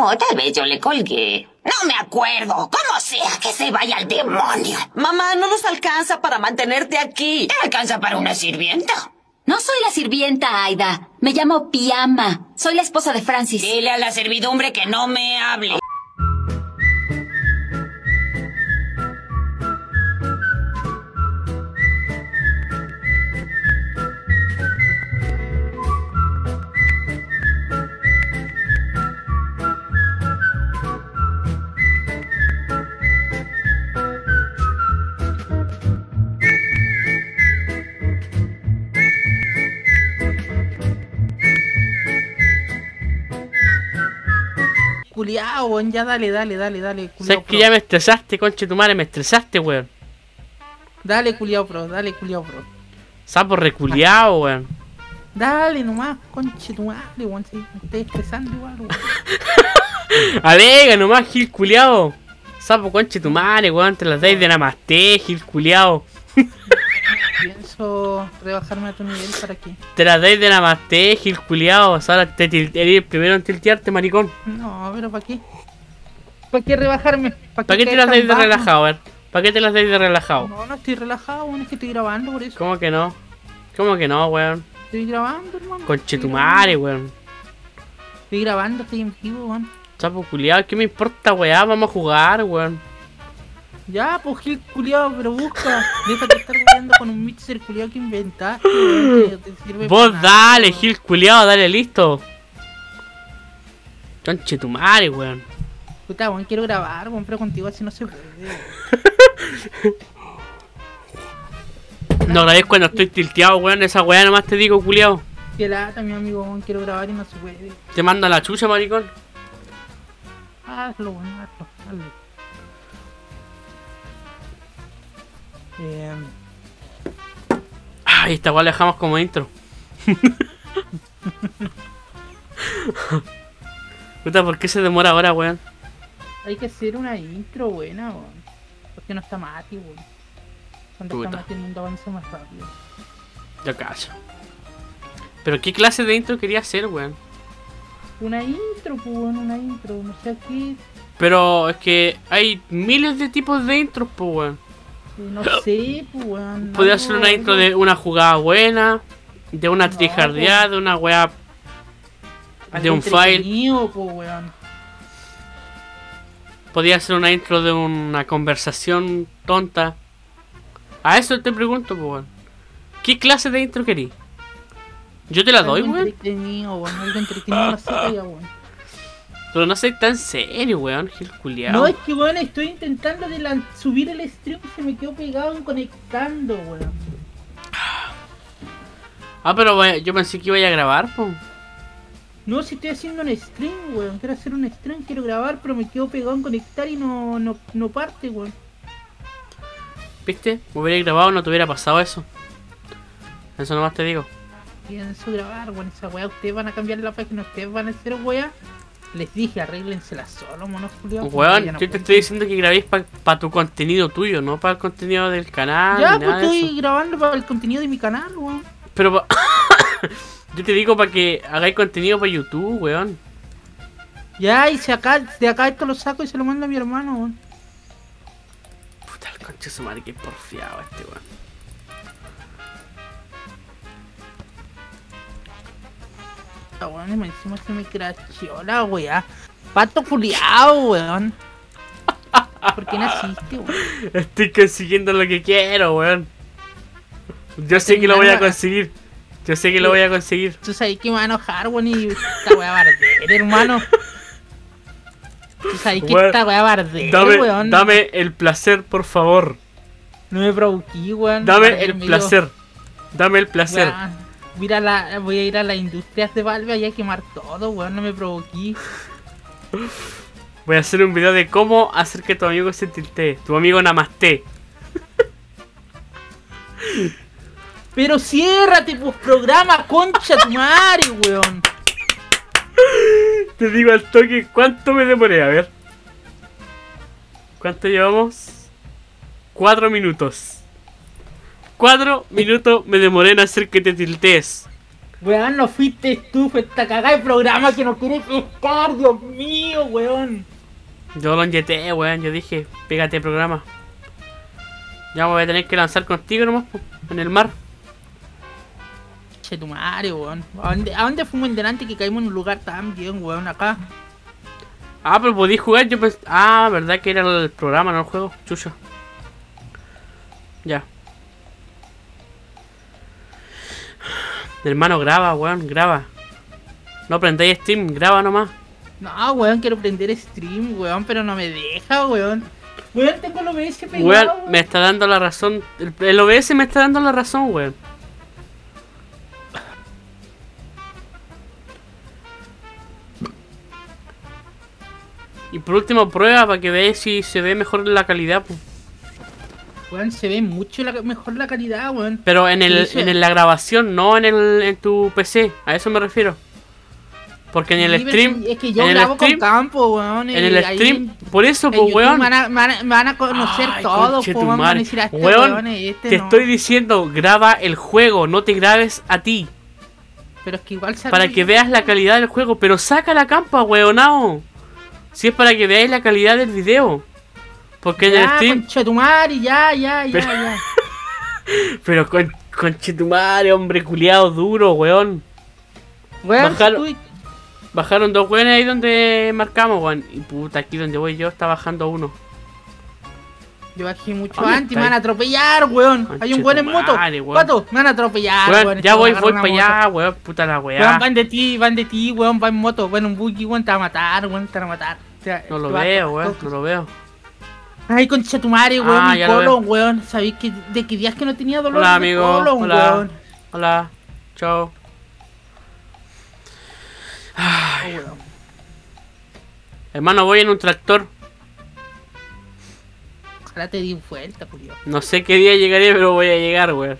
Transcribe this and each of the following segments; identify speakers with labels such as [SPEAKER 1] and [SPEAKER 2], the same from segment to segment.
[SPEAKER 1] O tal vez yo le colgué. No me acuerdo. Como sea que se vaya al demonio.
[SPEAKER 2] Mamá, no nos alcanza para mantenerte aquí.
[SPEAKER 1] ¿Te alcanza para una sirvienta?
[SPEAKER 3] No soy la sirvienta, Aida. Me llamo Piama. Soy la esposa de Francis.
[SPEAKER 1] Dile a la servidumbre que no me hable.
[SPEAKER 4] Culiao, ya dale, dale, dale, dale. culiao
[SPEAKER 5] ¿Sabes que
[SPEAKER 4] pro.
[SPEAKER 5] ya me estresaste, conche tu madre? Me estresaste, weón.
[SPEAKER 4] Dale, culiao pro, dale, culiao pro.
[SPEAKER 5] Sapo reculeado, weón.
[SPEAKER 4] Dale nomás, conche tu madre, weón. sí, me estoy estresando igual, weón.
[SPEAKER 5] Alega nomás, Gil culiao. Sapo conche tu madre, weón. Te las dais de namaste, Gil culiao.
[SPEAKER 4] Pienso rebajarme a tu nivel para que.
[SPEAKER 5] Te las dais de namaste, Gil culiao. Ahora te til- eres el primero en tiltearte, maricón.
[SPEAKER 4] No, pero ¿para qué? ¿Para qué rebajarme?
[SPEAKER 5] ¿Para qué te
[SPEAKER 4] caer
[SPEAKER 5] las
[SPEAKER 4] tan
[SPEAKER 5] dais de
[SPEAKER 4] bajo?
[SPEAKER 5] relajado, weón? ¿Para qué te las dais de relajado?
[SPEAKER 4] No, no estoy relajado, weón, es que estoy grabando por eso.
[SPEAKER 5] ¿Cómo que no? ¿Cómo que no, weón?
[SPEAKER 4] Estoy grabando, hermano.
[SPEAKER 5] Conche
[SPEAKER 4] estoy
[SPEAKER 5] tu
[SPEAKER 4] grabando.
[SPEAKER 5] madre, weón.
[SPEAKER 4] Estoy grabando, estoy en vivo, weón.
[SPEAKER 5] Sapo culiao, ¿qué me importa, weón? Vamos a jugar, weón.
[SPEAKER 4] Ya, pues Gil culiao, pero busca. Déjate estar jugando con un mixer culiao que inventaste, weón, que te sirve
[SPEAKER 5] Vos
[SPEAKER 4] para nada,
[SPEAKER 5] dale,
[SPEAKER 4] weón.
[SPEAKER 5] Gil culiao, dale, listo. Conche tu madre, weón.
[SPEAKER 4] Puta, weón, quiero grabar, weón, pero contigo así no se puede.
[SPEAKER 5] No grabes cuando estoy tilteado, weón. Esa weá nomás te digo, culiao.
[SPEAKER 4] Que lata, mi amigo, weón, quiero grabar y no se puede.
[SPEAKER 5] Te manda la chucha, maricón.
[SPEAKER 4] Hazlo, weón, hazlo, hazlo. Eh,
[SPEAKER 5] Ay, esta weá la dejamos como intro. Puta, ¿por qué se demora ahora, weón?
[SPEAKER 4] hay que hacer una intro buena, weón. Porque no está Mati, weón. Cuando
[SPEAKER 5] Puta.
[SPEAKER 4] está Mati el mundo avanza más rápido.
[SPEAKER 5] Yo cacho. Pero ¿qué clase de intro quería hacer, weón?
[SPEAKER 4] Una intro, pues, weón, una intro. No sé qué, eh,
[SPEAKER 5] Pero es que hay miles de tipos de intros, pues, weón.
[SPEAKER 4] no sé, pues, weón.
[SPEAKER 5] Podría
[SPEAKER 4] algo-
[SPEAKER 5] ser una intro
[SPEAKER 4] algo-
[SPEAKER 5] de una jugada buena, de una
[SPEAKER 4] No, pues.
[SPEAKER 5] trijardeada, de una weá.
[SPEAKER 4] algo
[SPEAKER 5] de un file.
[SPEAKER 4] entretenido, pues, weón.
[SPEAKER 5] Podría ser una intro de una conversación tonta. A eso te pregunto, pues, weón. ¿Qué clase de intro querí? Yo te la doy,
[SPEAKER 4] Algo
[SPEAKER 5] weón.
[SPEAKER 4] entretenido, weón. Algo entretenido, no sé qué, ya, weón.
[SPEAKER 5] Pero no soy tan serio, weón, Gil culiao.
[SPEAKER 4] No, es que weón, estoy intentando de lan- subir el stream y se me quedó pegado en conectando, weón.
[SPEAKER 5] Ah, pero weón, yo pensé que iba a grabar, pues.
[SPEAKER 4] No, si estoy haciendo un stream, weón. Quiero hacer un stream, quiero grabar, pero me quedo pegado en conectar y no, no, no parte, weón.
[SPEAKER 5] ¿Viste? Me hubiera grabado, no te hubiera pasado eso. Eso nomás te digo.
[SPEAKER 4] Pienso grabar, weón. Esa weá, ustedes van a cambiar la página, ustedes van a hacer weá. Les dije, arréglensela solo, monos culiados,
[SPEAKER 5] Weón,
[SPEAKER 4] ya no
[SPEAKER 5] yo te
[SPEAKER 4] pueden.
[SPEAKER 5] estoy diciendo que grabéis para tu contenido tuyo, no para el contenido del canal.
[SPEAKER 4] Ya,
[SPEAKER 5] ni
[SPEAKER 4] pues
[SPEAKER 5] nada de
[SPEAKER 4] estoy
[SPEAKER 5] eso.
[SPEAKER 4] grabando para el contenido de mi canal, weón.
[SPEAKER 5] Pero pa- yo te digo para que hagáis contenido para YouTube, weón.
[SPEAKER 4] Ya, y si acá, de acá esto lo saco y se lo mando a mi hermano, weón.
[SPEAKER 5] Puta, el conche de su madre, que porfiado este weón.
[SPEAKER 4] Ah, weón, y me- encima se me crasheó la weá. Pato culiao, weón. ¿Por qué naciste, weón?
[SPEAKER 5] Estoy consiguiendo lo que quiero, weón. Yo sé que lo voy a conseguir. Yo sé que lo voy a conseguir.
[SPEAKER 4] Tú sabes que me va a enojar, weón, y esta weá barder, hermano. Tú sabes que
[SPEAKER 5] Weón,
[SPEAKER 4] esta weá barder,
[SPEAKER 5] Dame,
[SPEAKER 4] weón.
[SPEAKER 5] dame el placer, por favor.
[SPEAKER 4] No me provoquí, weón.
[SPEAKER 5] Dame
[SPEAKER 4] Barder
[SPEAKER 5] el
[SPEAKER 4] me
[SPEAKER 5] placer. Dame el
[SPEAKER 4] dio-
[SPEAKER 5] placer.
[SPEAKER 4] Weón, Voy a, ir a la, voy a ir a las industrias de Valve allá a quemar todo, weón. No me provoqué.
[SPEAKER 5] Voy a hacer un video de cómo hacer que tu amigo se tiltee. Tu amigo namaste.
[SPEAKER 4] Pero ciérrate, pues programa, concha tu madre, weón.
[SPEAKER 5] Te digo al toque cuánto me demoré, a ver. ¿Cuánto llevamos? Cuatro minutos. Cuatro minutos me demoré en hacer que te tiltees.
[SPEAKER 4] Weón, no fuiste tú, fue esta cagada de programa que nos quiere pescar, Dios mío, weón.
[SPEAKER 5] Yo lo enyeté, weón. Yo dije, pégate programa. Ya me voy a tener que lanzar contigo nomás, po, en el mar.
[SPEAKER 4] Che tu madre, weón. ¿A dónde, ¿A dónde fuimos en delante que caímos en un lugar tan bien, weón, acá?
[SPEAKER 5] Ah, pero podí jugar. Yo pens- Ah, verdad que era el programa, no el juego. Chucha. Ya. Hermano, graba, weón, graba. No prendáis Steam, graba nomás.
[SPEAKER 4] No, weón, quiero prender stream, weón, pero no me deja, weón. Weón, tengo el OBS pegado,
[SPEAKER 5] Weón,
[SPEAKER 4] weón.
[SPEAKER 5] me está dando la razón. El, el OBS me está dando la razón, weón. Y por último, prueba para que veáis si se ve mejor la calidad. pues. po.
[SPEAKER 4] Weón, se ve mucho la- mejor la calidad, weón.
[SPEAKER 5] Pero en, el,
[SPEAKER 4] Sí, sí.
[SPEAKER 5] en el- la grabación, no en, el, en tu PC. A eso me refiero. Porque en el
[SPEAKER 4] Sí,
[SPEAKER 5] stream.
[SPEAKER 4] Es que yo
[SPEAKER 5] en el
[SPEAKER 4] grabo
[SPEAKER 5] stream,
[SPEAKER 4] con campo, weón.
[SPEAKER 5] en el
[SPEAKER 4] y ahí
[SPEAKER 5] stream. Por eso,
[SPEAKER 4] en
[SPEAKER 5] pues,
[SPEAKER 4] YouTube
[SPEAKER 5] weón.
[SPEAKER 4] Me van a, me van a- me van a conocer
[SPEAKER 5] Ay,
[SPEAKER 4] todos,
[SPEAKER 5] conche tu
[SPEAKER 4] po, weón, Van a
[SPEAKER 5] madre.
[SPEAKER 4] decir a este
[SPEAKER 5] Weón,
[SPEAKER 4] weón, este
[SPEAKER 5] Te
[SPEAKER 4] no.
[SPEAKER 5] estoy diciendo, graba el juego, no te grabes a ti.
[SPEAKER 4] Pero es que igual sale
[SPEAKER 5] Para que veas la calidad del juego, pero saca la campa, weonao. Si es para que veáis la calidad del video. Porque en el
[SPEAKER 4] Ya,
[SPEAKER 5] stream.
[SPEAKER 4] conchetumare, ya, ya, ya,
[SPEAKER 5] Pero-
[SPEAKER 4] ya.
[SPEAKER 5] Pero con, conchetumare, hombre culiado duro, weón.
[SPEAKER 4] Weón,
[SPEAKER 5] Bajar-
[SPEAKER 4] uy,
[SPEAKER 5] Bajaron dos weones ahí donde marcamos, weón. Y puta, aquí donde voy yo está bajando uno.
[SPEAKER 4] yo bajé mucho
[SPEAKER 5] ¿Dónde
[SPEAKER 4] antes, me
[SPEAKER 5] estáis?
[SPEAKER 4] van a atropellar, weón. Hay un weón en moto.
[SPEAKER 5] Conchetumare, weón.
[SPEAKER 4] Pato, me van a atropellar,
[SPEAKER 5] Weón,
[SPEAKER 4] weón. este
[SPEAKER 5] ya voy,
[SPEAKER 4] agarra
[SPEAKER 5] voy
[SPEAKER 4] una
[SPEAKER 5] para
[SPEAKER 4] moto.
[SPEAKER 5] allá, weón. Puta la
[SPEAKER 4] Weón,
[SPEAKER 5] weá.
[SPEAKER 4] van de ti, van de ti, weón, van en moto, van en un buggy, weón, te va a matar, weón, te va a matar. Te-
[SPEAKER 5] No lo
[SPEAKER 4] te va a-
[SPEAKER 5] veo, weón, no lo veo.
[SPEAKER 4] Ay, concha tu madre, weón,
[SPEAKER 5] Ah,
[SPEAKER 4] mi
[SPEAKER 5] ya lo
[SPEAKER 4] colon, weón. Sabéis que de que días que no tenía dolor
[SPEAKER 5] Hola,
[SPEAKER 4] de
[SPEAKER 5] amigo.
[SPEAKER 4] colon,
[SPEAKER 5] Hola.
[SPEAKER 4] weón.
[SPEAKER 5] Hola, chao.
[SPEAKER 4] Oh, weón.
[SPEAKER 5] Hermano, voy en un tractor.
[SPEAKER 4] Ojalá te di vuelta, Julio.
[SPEAKER 5] No sé qué día llegaré, pero voy a llegar, weón.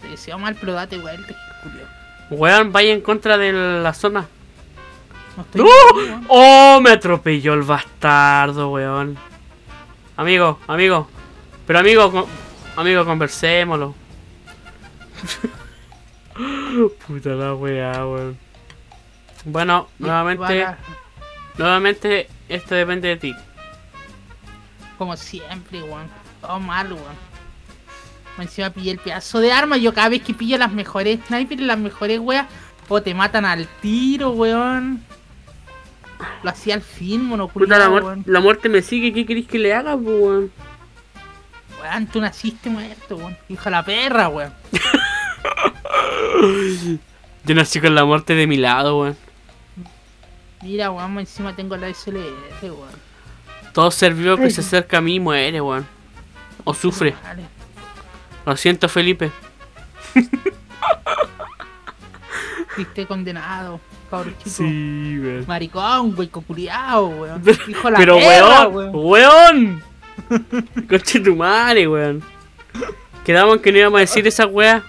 [SPEAKER 4] Te deseo mal, pero date vuelta, Julio.
[SPEAKER 5] Weón, vaya en contra de la zona.
[SPEAKER 4] No estoy.
[SPEAKER 5] ¡No!
[SPEAKER 4] weón.
[SPEAKER 5] ¡Uh! ¡Oh! Me atropelló el bastardo, weón. Amigo, amigo. Pero amigo, con- amigo, conversémoslo. Puta la weá, weón. Bueno, nuevamente,
[SPEAKER 4] Vara,
[SPEAKER 5] nuevamente, esto depende de ti.
[SPEAKER 4] Como siempre, weón. Todo mal, weón. Me Encima pillé el pedazo de arma. Yo cada vez que pillo las mejores snipers, las mejores weas, o te matan al tiro, weón. Lo hacía al fin, monocular,
[SPEAKER 5] Puta, la, muer-
[SPEAKER 4] weón.
[SPEAKER 5] la muerte me sigue. ¿Qué querés que le haga, po, weón?
[SPEAKER 4] Weón, tú naciste muerto, weón. Hijo de la perra, weón.
[SPEAKER 5] Yo nací con la muerte de mi lado, weón.
[SPEAKER 4] Mira, weón, más encima tengo la SLS, weón.
[SPEAKER 5] Todo ser vivo que se acerca a mí muere, weón. O sufre.
[SPEAKER 4] Vale.
[SPEAKER 5] Lo siento, Felipe.
[SPEAKER 4] Fuiste condenado, cabrón chico.
[SPEAKER 5] Sí, weón.
[SPEAKER 4] Maricón, güey, coculiao, weón. Hijo de la
[SPEAKER 5] Pero
[SPEAKER 4] perra,
[SPEAKER 5] weón, weón. Conche tu madre, weón. Quedamos que no íbamos a decir esa weá.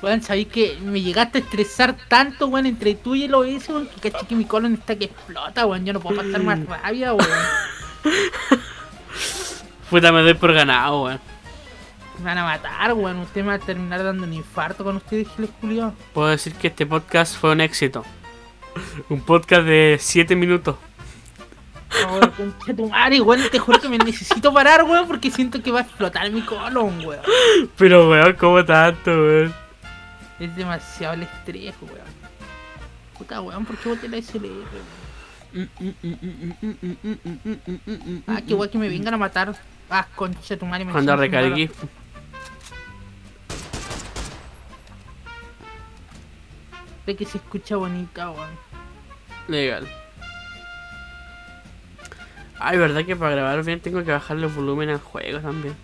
[SPEAKER 4] Weón, sabéis que me llegaste a estresar tanto, weón, entre tú y el OBS, weón, que caché que mi colon está que explota, weón. Yo no puedo pasar más rabia, weón.
[SPEAKER 5] Puta, me doy por ganado, weón.
[SPEAKER 4] Me van a matar, weón. Usted me va a terminar dando un infarto con ustedes, Giles Julio.
[SPEAKER 5] Puedo decir que este podcast fue un éxito. Un podcast de 7 minutos.
[SPEAKER 4] Ahora, concha tu madre, weón. Te juro que me necesito parar, weón, porque siento que va a explotar mi colon, weón.
[SPEAKER 5] Pero weón, como tanto, weón.
[SPEAKER 4] Es demasiado el estrés, weón. Puta, weón, ¿por qué boté la SLR, weón? Ah, qué weón que me vengan a matar. Ah, concha tu madre. me
[SPEAKER 5] Cuando
[SPEAKER 4] encima se me va la-
[SPEAKER 5] recargué.
[SPEAKER 4] De que se escucha bonita, weón.
[SPEAKER 5] Legal. Ay, verdad que para grabar bien tengo que bajarle el volumen al juego también.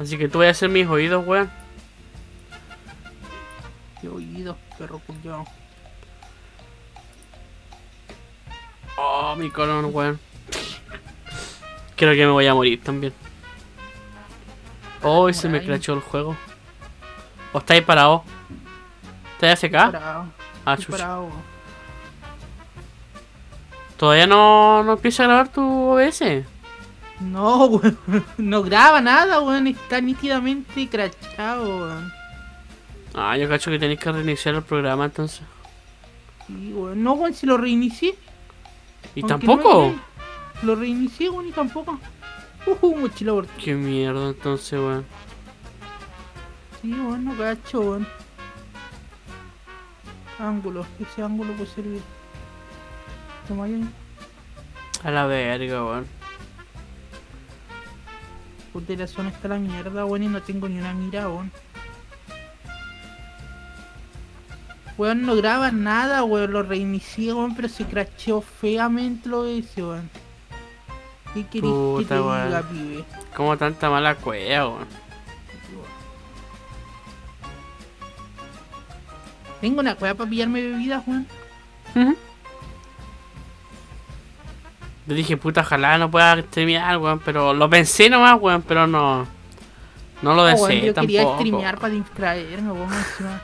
[SPEAKER 5] Así que tú voy a hacer mis oídos, weón.
[SPEAKER 4] Qué oído, perro culiao.
[SPEAKER 5] Oh, mi colon, weón. Creo que me voy a morir también. Oh, y se me
[SPEAKER 4] Ay.
[SPEAKER 5] crachó el juego. ¿O estáis parados? ¿Estáis AFK?
[SPEAKER 4] Parado.
[SPEAKER 5] Ah,
[SPEAKER 4] estoy
[SPEAKER 5] chucha.
[SPEAKER 4] parado, weón.
[SPEAKER 5] ¿Todavía no, no empieza a grabar tu OBS?
[SPEAKER 4] No, weón. No graba nada, weón. Está nítidamente crachado, weón.
[SPEAKER 5] Ah, yo cacho que tenéis que reiniciar el programa entonces.
[SPEAKER 4] Sí, weón. No, weón, si lo reinicié.
[SPEAKER 5] ¿Y
[SPEAKER 4] Aunque
[SPEAKER 5] tampoco?
[SPEAKER 4] no era- lo reinicié, weón, y tampoco. Uh, mochila por
[SPEAKER 5] Qué mierda entonces, weón.
[SPEAKER 4] Sí, weón, no cacho, weón. Ángulo, ese ángulo puede servir. Toma ahí.
[SPEAKER 5] A la verga, weón.
[SPEAKER 4] Puta, la zona está la mierda, weón, y no tengo ni una mira, weón. Weón, no graba nada, weón, lo reinicié, weón, pero se crasheó feamente lo ese, weón. ¿Qué querés que te
[SPEAKER 5] Puta, weón.
[SPEAKER 4] diga, pibe?
[SPEAKER 5] Como tanta mala cueva, weón.
[SPEAKER 4] Tengo una cueva para pillarme bebidas, weón.
[SPEAKER 5] Yo dije, puta, ojalá no pueda streamear, weón. Pero lo pensé nomás, weón, pero no. No lo
[SPEAKER 4] Oh,
[SPEAKER 5] deseé
[SPEAKER 4] weón, yo
[SPEAKER 5] tampoco.
[SPEAKER 4] quería streamear para distraerme, weón, encima.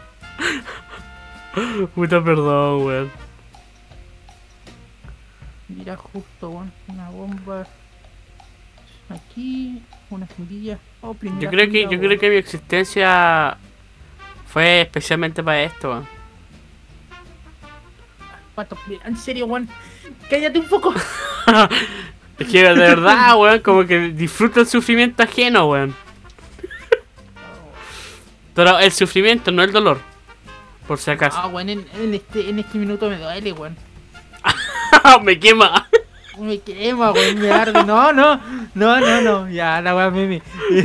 [SPEAKER 5] Puta, perdón, weón.
[SPEAKER 4] Mira justo, weón, una bomba. Aquí, unas mirillas. Oh, primera
[SPEAKER 5] Yo creo que,
[SPEAKER 4] mira,
[SPEAKER 5] yo
[SPEAKER 4] weón.
[SPEAKER 5] creo que mi existencia fue especialmente para esto, weón.
[SPEAKER 4] Pato, en serio, weón. Cállate un poco.
[SPEAKER 5] Es que de verdad, weón, como que disfruto el sufrimiento ajeno, weón. Pero el sufrimiento, no el dolor. Por si acaso.
[SPEAKER 4] Ah, weón, en, en este, en este minuto me duele, weón.
[SPEAKER 5] Me quema.
[SPEAKER 4] Me quema, weón, me arde. No, no, no, no, no. Ya, la weón, meme.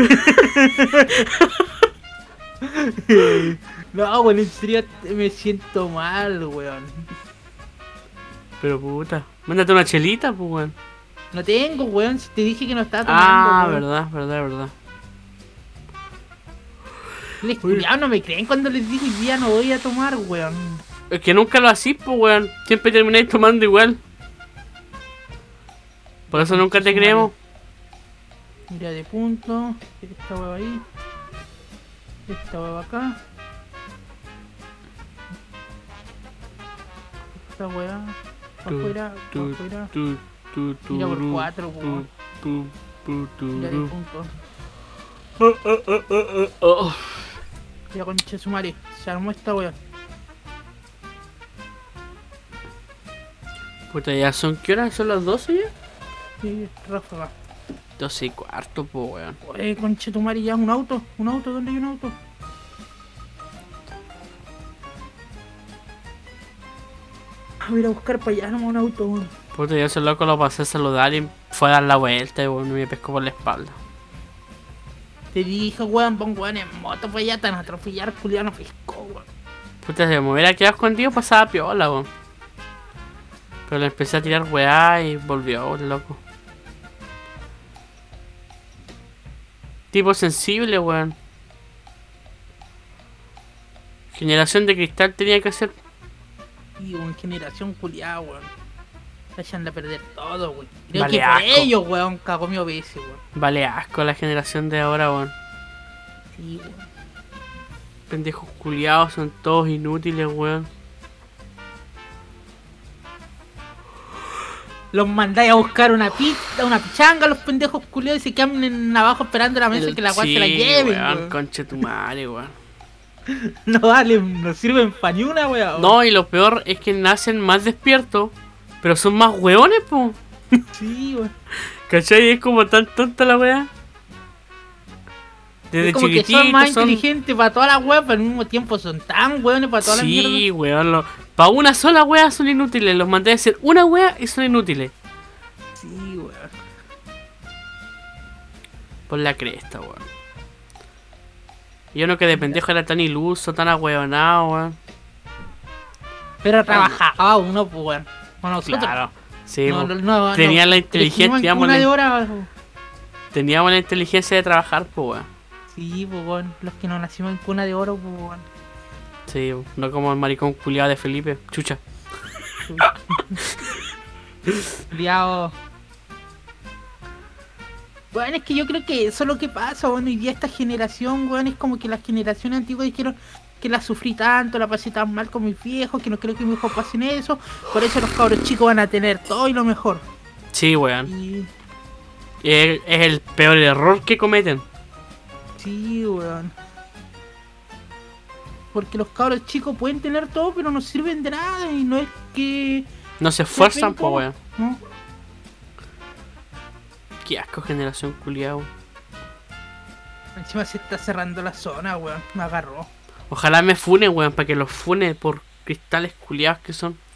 [SPEAKER 4] No, weón, en serio me siento mal, weón.
[SPEAKER 5] Pero puta. Mándate una chelita, pues, weón.
[SPEAKER 4] No tengo, weón, si te dije que no estaba tomando,
[SPEAKER 5] Ah,
[SPEAKER 4] weón.
[SPEAKER 5] verdad, verdad, verdad.
[SPEAKER 4] Les culiao, no me creen cuando les dije hoy día no voy a tomar, weón.
[SPEAKER 5] Es que nunca lo hacís, pues, weón. Siempre termináis tomando igual. Por eso nunca te creemos.
[SPEAKER 4] Mira de punto, esta hueva ahí, esta hueva acá, esta hueva pa'
[SPEAKER 5] Tu,
[SPEAKER 4] afuera, pa'
[SPEAKER 5] tu,
[SPEAKER 4] afuera,
[SPEAKER 5] tu, tu, tu,
[SPEAKER 4] Mira por
[SPEAKER 5] ru,
[SPEAKER 4] cuatro,
[SPEAKER 5] tu,
[SPEAKER 4] weón.
[SPEAKER 5] tu, pu, tu,
[SPEAKER 4] mira de
[SPEAKER 5] ru.
[SPEAKER 4] punto.
[SPEAKER 5] Oh, oh, oh, oh, oh, oh.
[SPEAKER 4] Ya concha su madre, se armó esta hueva.
[SPEAKER 5] Puta, ya son, ¿qué horas son las 12 ya?
[SPEAKER 4] Sí, ráfaga.
[SPEAKER 5] 12 y cuarto, po, weón.
[SPEAKER 4] Oye, concha tu madre, ya un auto, un auto, ¿dónde hay un auto? Ah, Voy a ir a buscar para allá, no un auto, weón.
[SPEAKER 5] Puta, yo ese loco lo pasé a saludar y fue a dar la vuelta y weón, me pescó por la espalda.
[SPEAKER 4] Te dije, weón, pon weón en moto, pues ya tan atropellar, culiano fiscó, weón.
[SPEAKER 5] Puta, si me hubiera quedado escondido pasaba piola, weón. Pero le empecé a tirar weá y volvió, weón, loco. Tipo sensible, weón. Generación de cristal tenía que hacer.
[SPEAKER 4] Y weón, generación culiada, weón. La echan a perder todo, weón. Creo
[SPEAKER 5] Vale
[SPEAKER 4] que por
[SPEAKER 5] asco.
[SPEAKER 4] ellos, weón, cagó mi OBS, weón.
[SPEAKER 5] Vale asco la generación de ahora, weón.
[SPEAKER 4] Sí, weón.
[SPEAKER 5] Pendejos culiados, son todos inútiles, weón.
[SPEAKER 4] Los mandáis a buscar una pista, una pichanga, los pendejos culiados y se quedan en abajo esperando la mesa que la weá
[SPEAKER 5] Sí,
[SPEAKER 4] se la lleven,
[SPEAKER 5] weón,
[SPEAKER 4] weón.
[SPEAKER 5] conche tu madre, weón.
[SPEAKER 4] No valen, no sirven pa' ni una, weón.
[SPEAKER 5] No, y lo peor es que nacen más despiertos, pero son más weones, po.
[SPEAKER 4] Sí, weón.
[SPEAKER 5] ¿Cachai? Es como tan tonta la weá. Desde
[SPEAKER 4] Es como que
[SPEAKER 5] chiquititos
[SPEAKER 4] son más
[SPEAKER 5] son-
[SPEAKER 4] inteligentes para todas las weas, pero al mismo tiempo son tan weones para todas las mierdas.
[SPEAKER 5] Sí, weón. Para una sola weá son inútiles. Los mandé a hacer una weá y son inútiles.
[SPEAKER 4] Sí, weón.
[SPEAKER 5] Por la cresta, weón. Y uno que de pendejo era tan iluso, tan ahueonado, weón.
[SPEAKER 4] Pero trabajaba uno, pues, weón. Con nosotros.
[SPEAKER 5] Claro. Sí,
[SPEAKER 4] No,
[SPEAKER 5] po.
[SPEAKER 4] no, no,
[SPEAKER 5] Tenía
[SPEAKER 4] no. Crecimos
[SPEAKER 5] la
[SPEAKER 4] en
[SPEAKER 5] inteligencia,
[SPEAKER 4] cuna de
[SPEAKER 5] teníamos la,
[SPEAKER 4] horas.
[SPEAKER 5] teníamos la inteligencia de trabajar, pues, weón.
[SPEAKER 4] Sí, pues, weón, los que no nacimos en cuna de oro, pues, weón.
[SPEAKER 5] Sí, no como el maricón culiado de Felipe. Chucha.
[SPEAKER 4] Criados. Bueno, es que yo creo que eso es lo que pasa, bueno, hoy día esta generación, weón, es como que las generaciones antiguas dijeron que la sufrí tanto, la pasé tan mal con mis viejos, que no creo que mis hijos pasen eso, por eso los cabros chicos van a tener todo y lo mejor.
[SPEAKER 5] Sí, weón.
[SPEAKER 4] Y,
[SPEAKER 5] Es, es el peor error que cometen.
[SPEAKER 4] Sí, weón. Porque los cabros chicos pueden tener todo, pero no sirven de nada y no es que.
[SPEAKER 5] No se esfuerzan, po,
[SPEAKER 4] por
[SPEAKER 5] weón.
[SPEAKER 4] No,
[SPEAKER 5] Qué asco, generación culiao.
[SPEAKER 4] encima se está cerrando la zona, weón. Me agarró.
[SPEAKER 5] Ojalá me funen, weón, para que los fune por cristales culiados que son.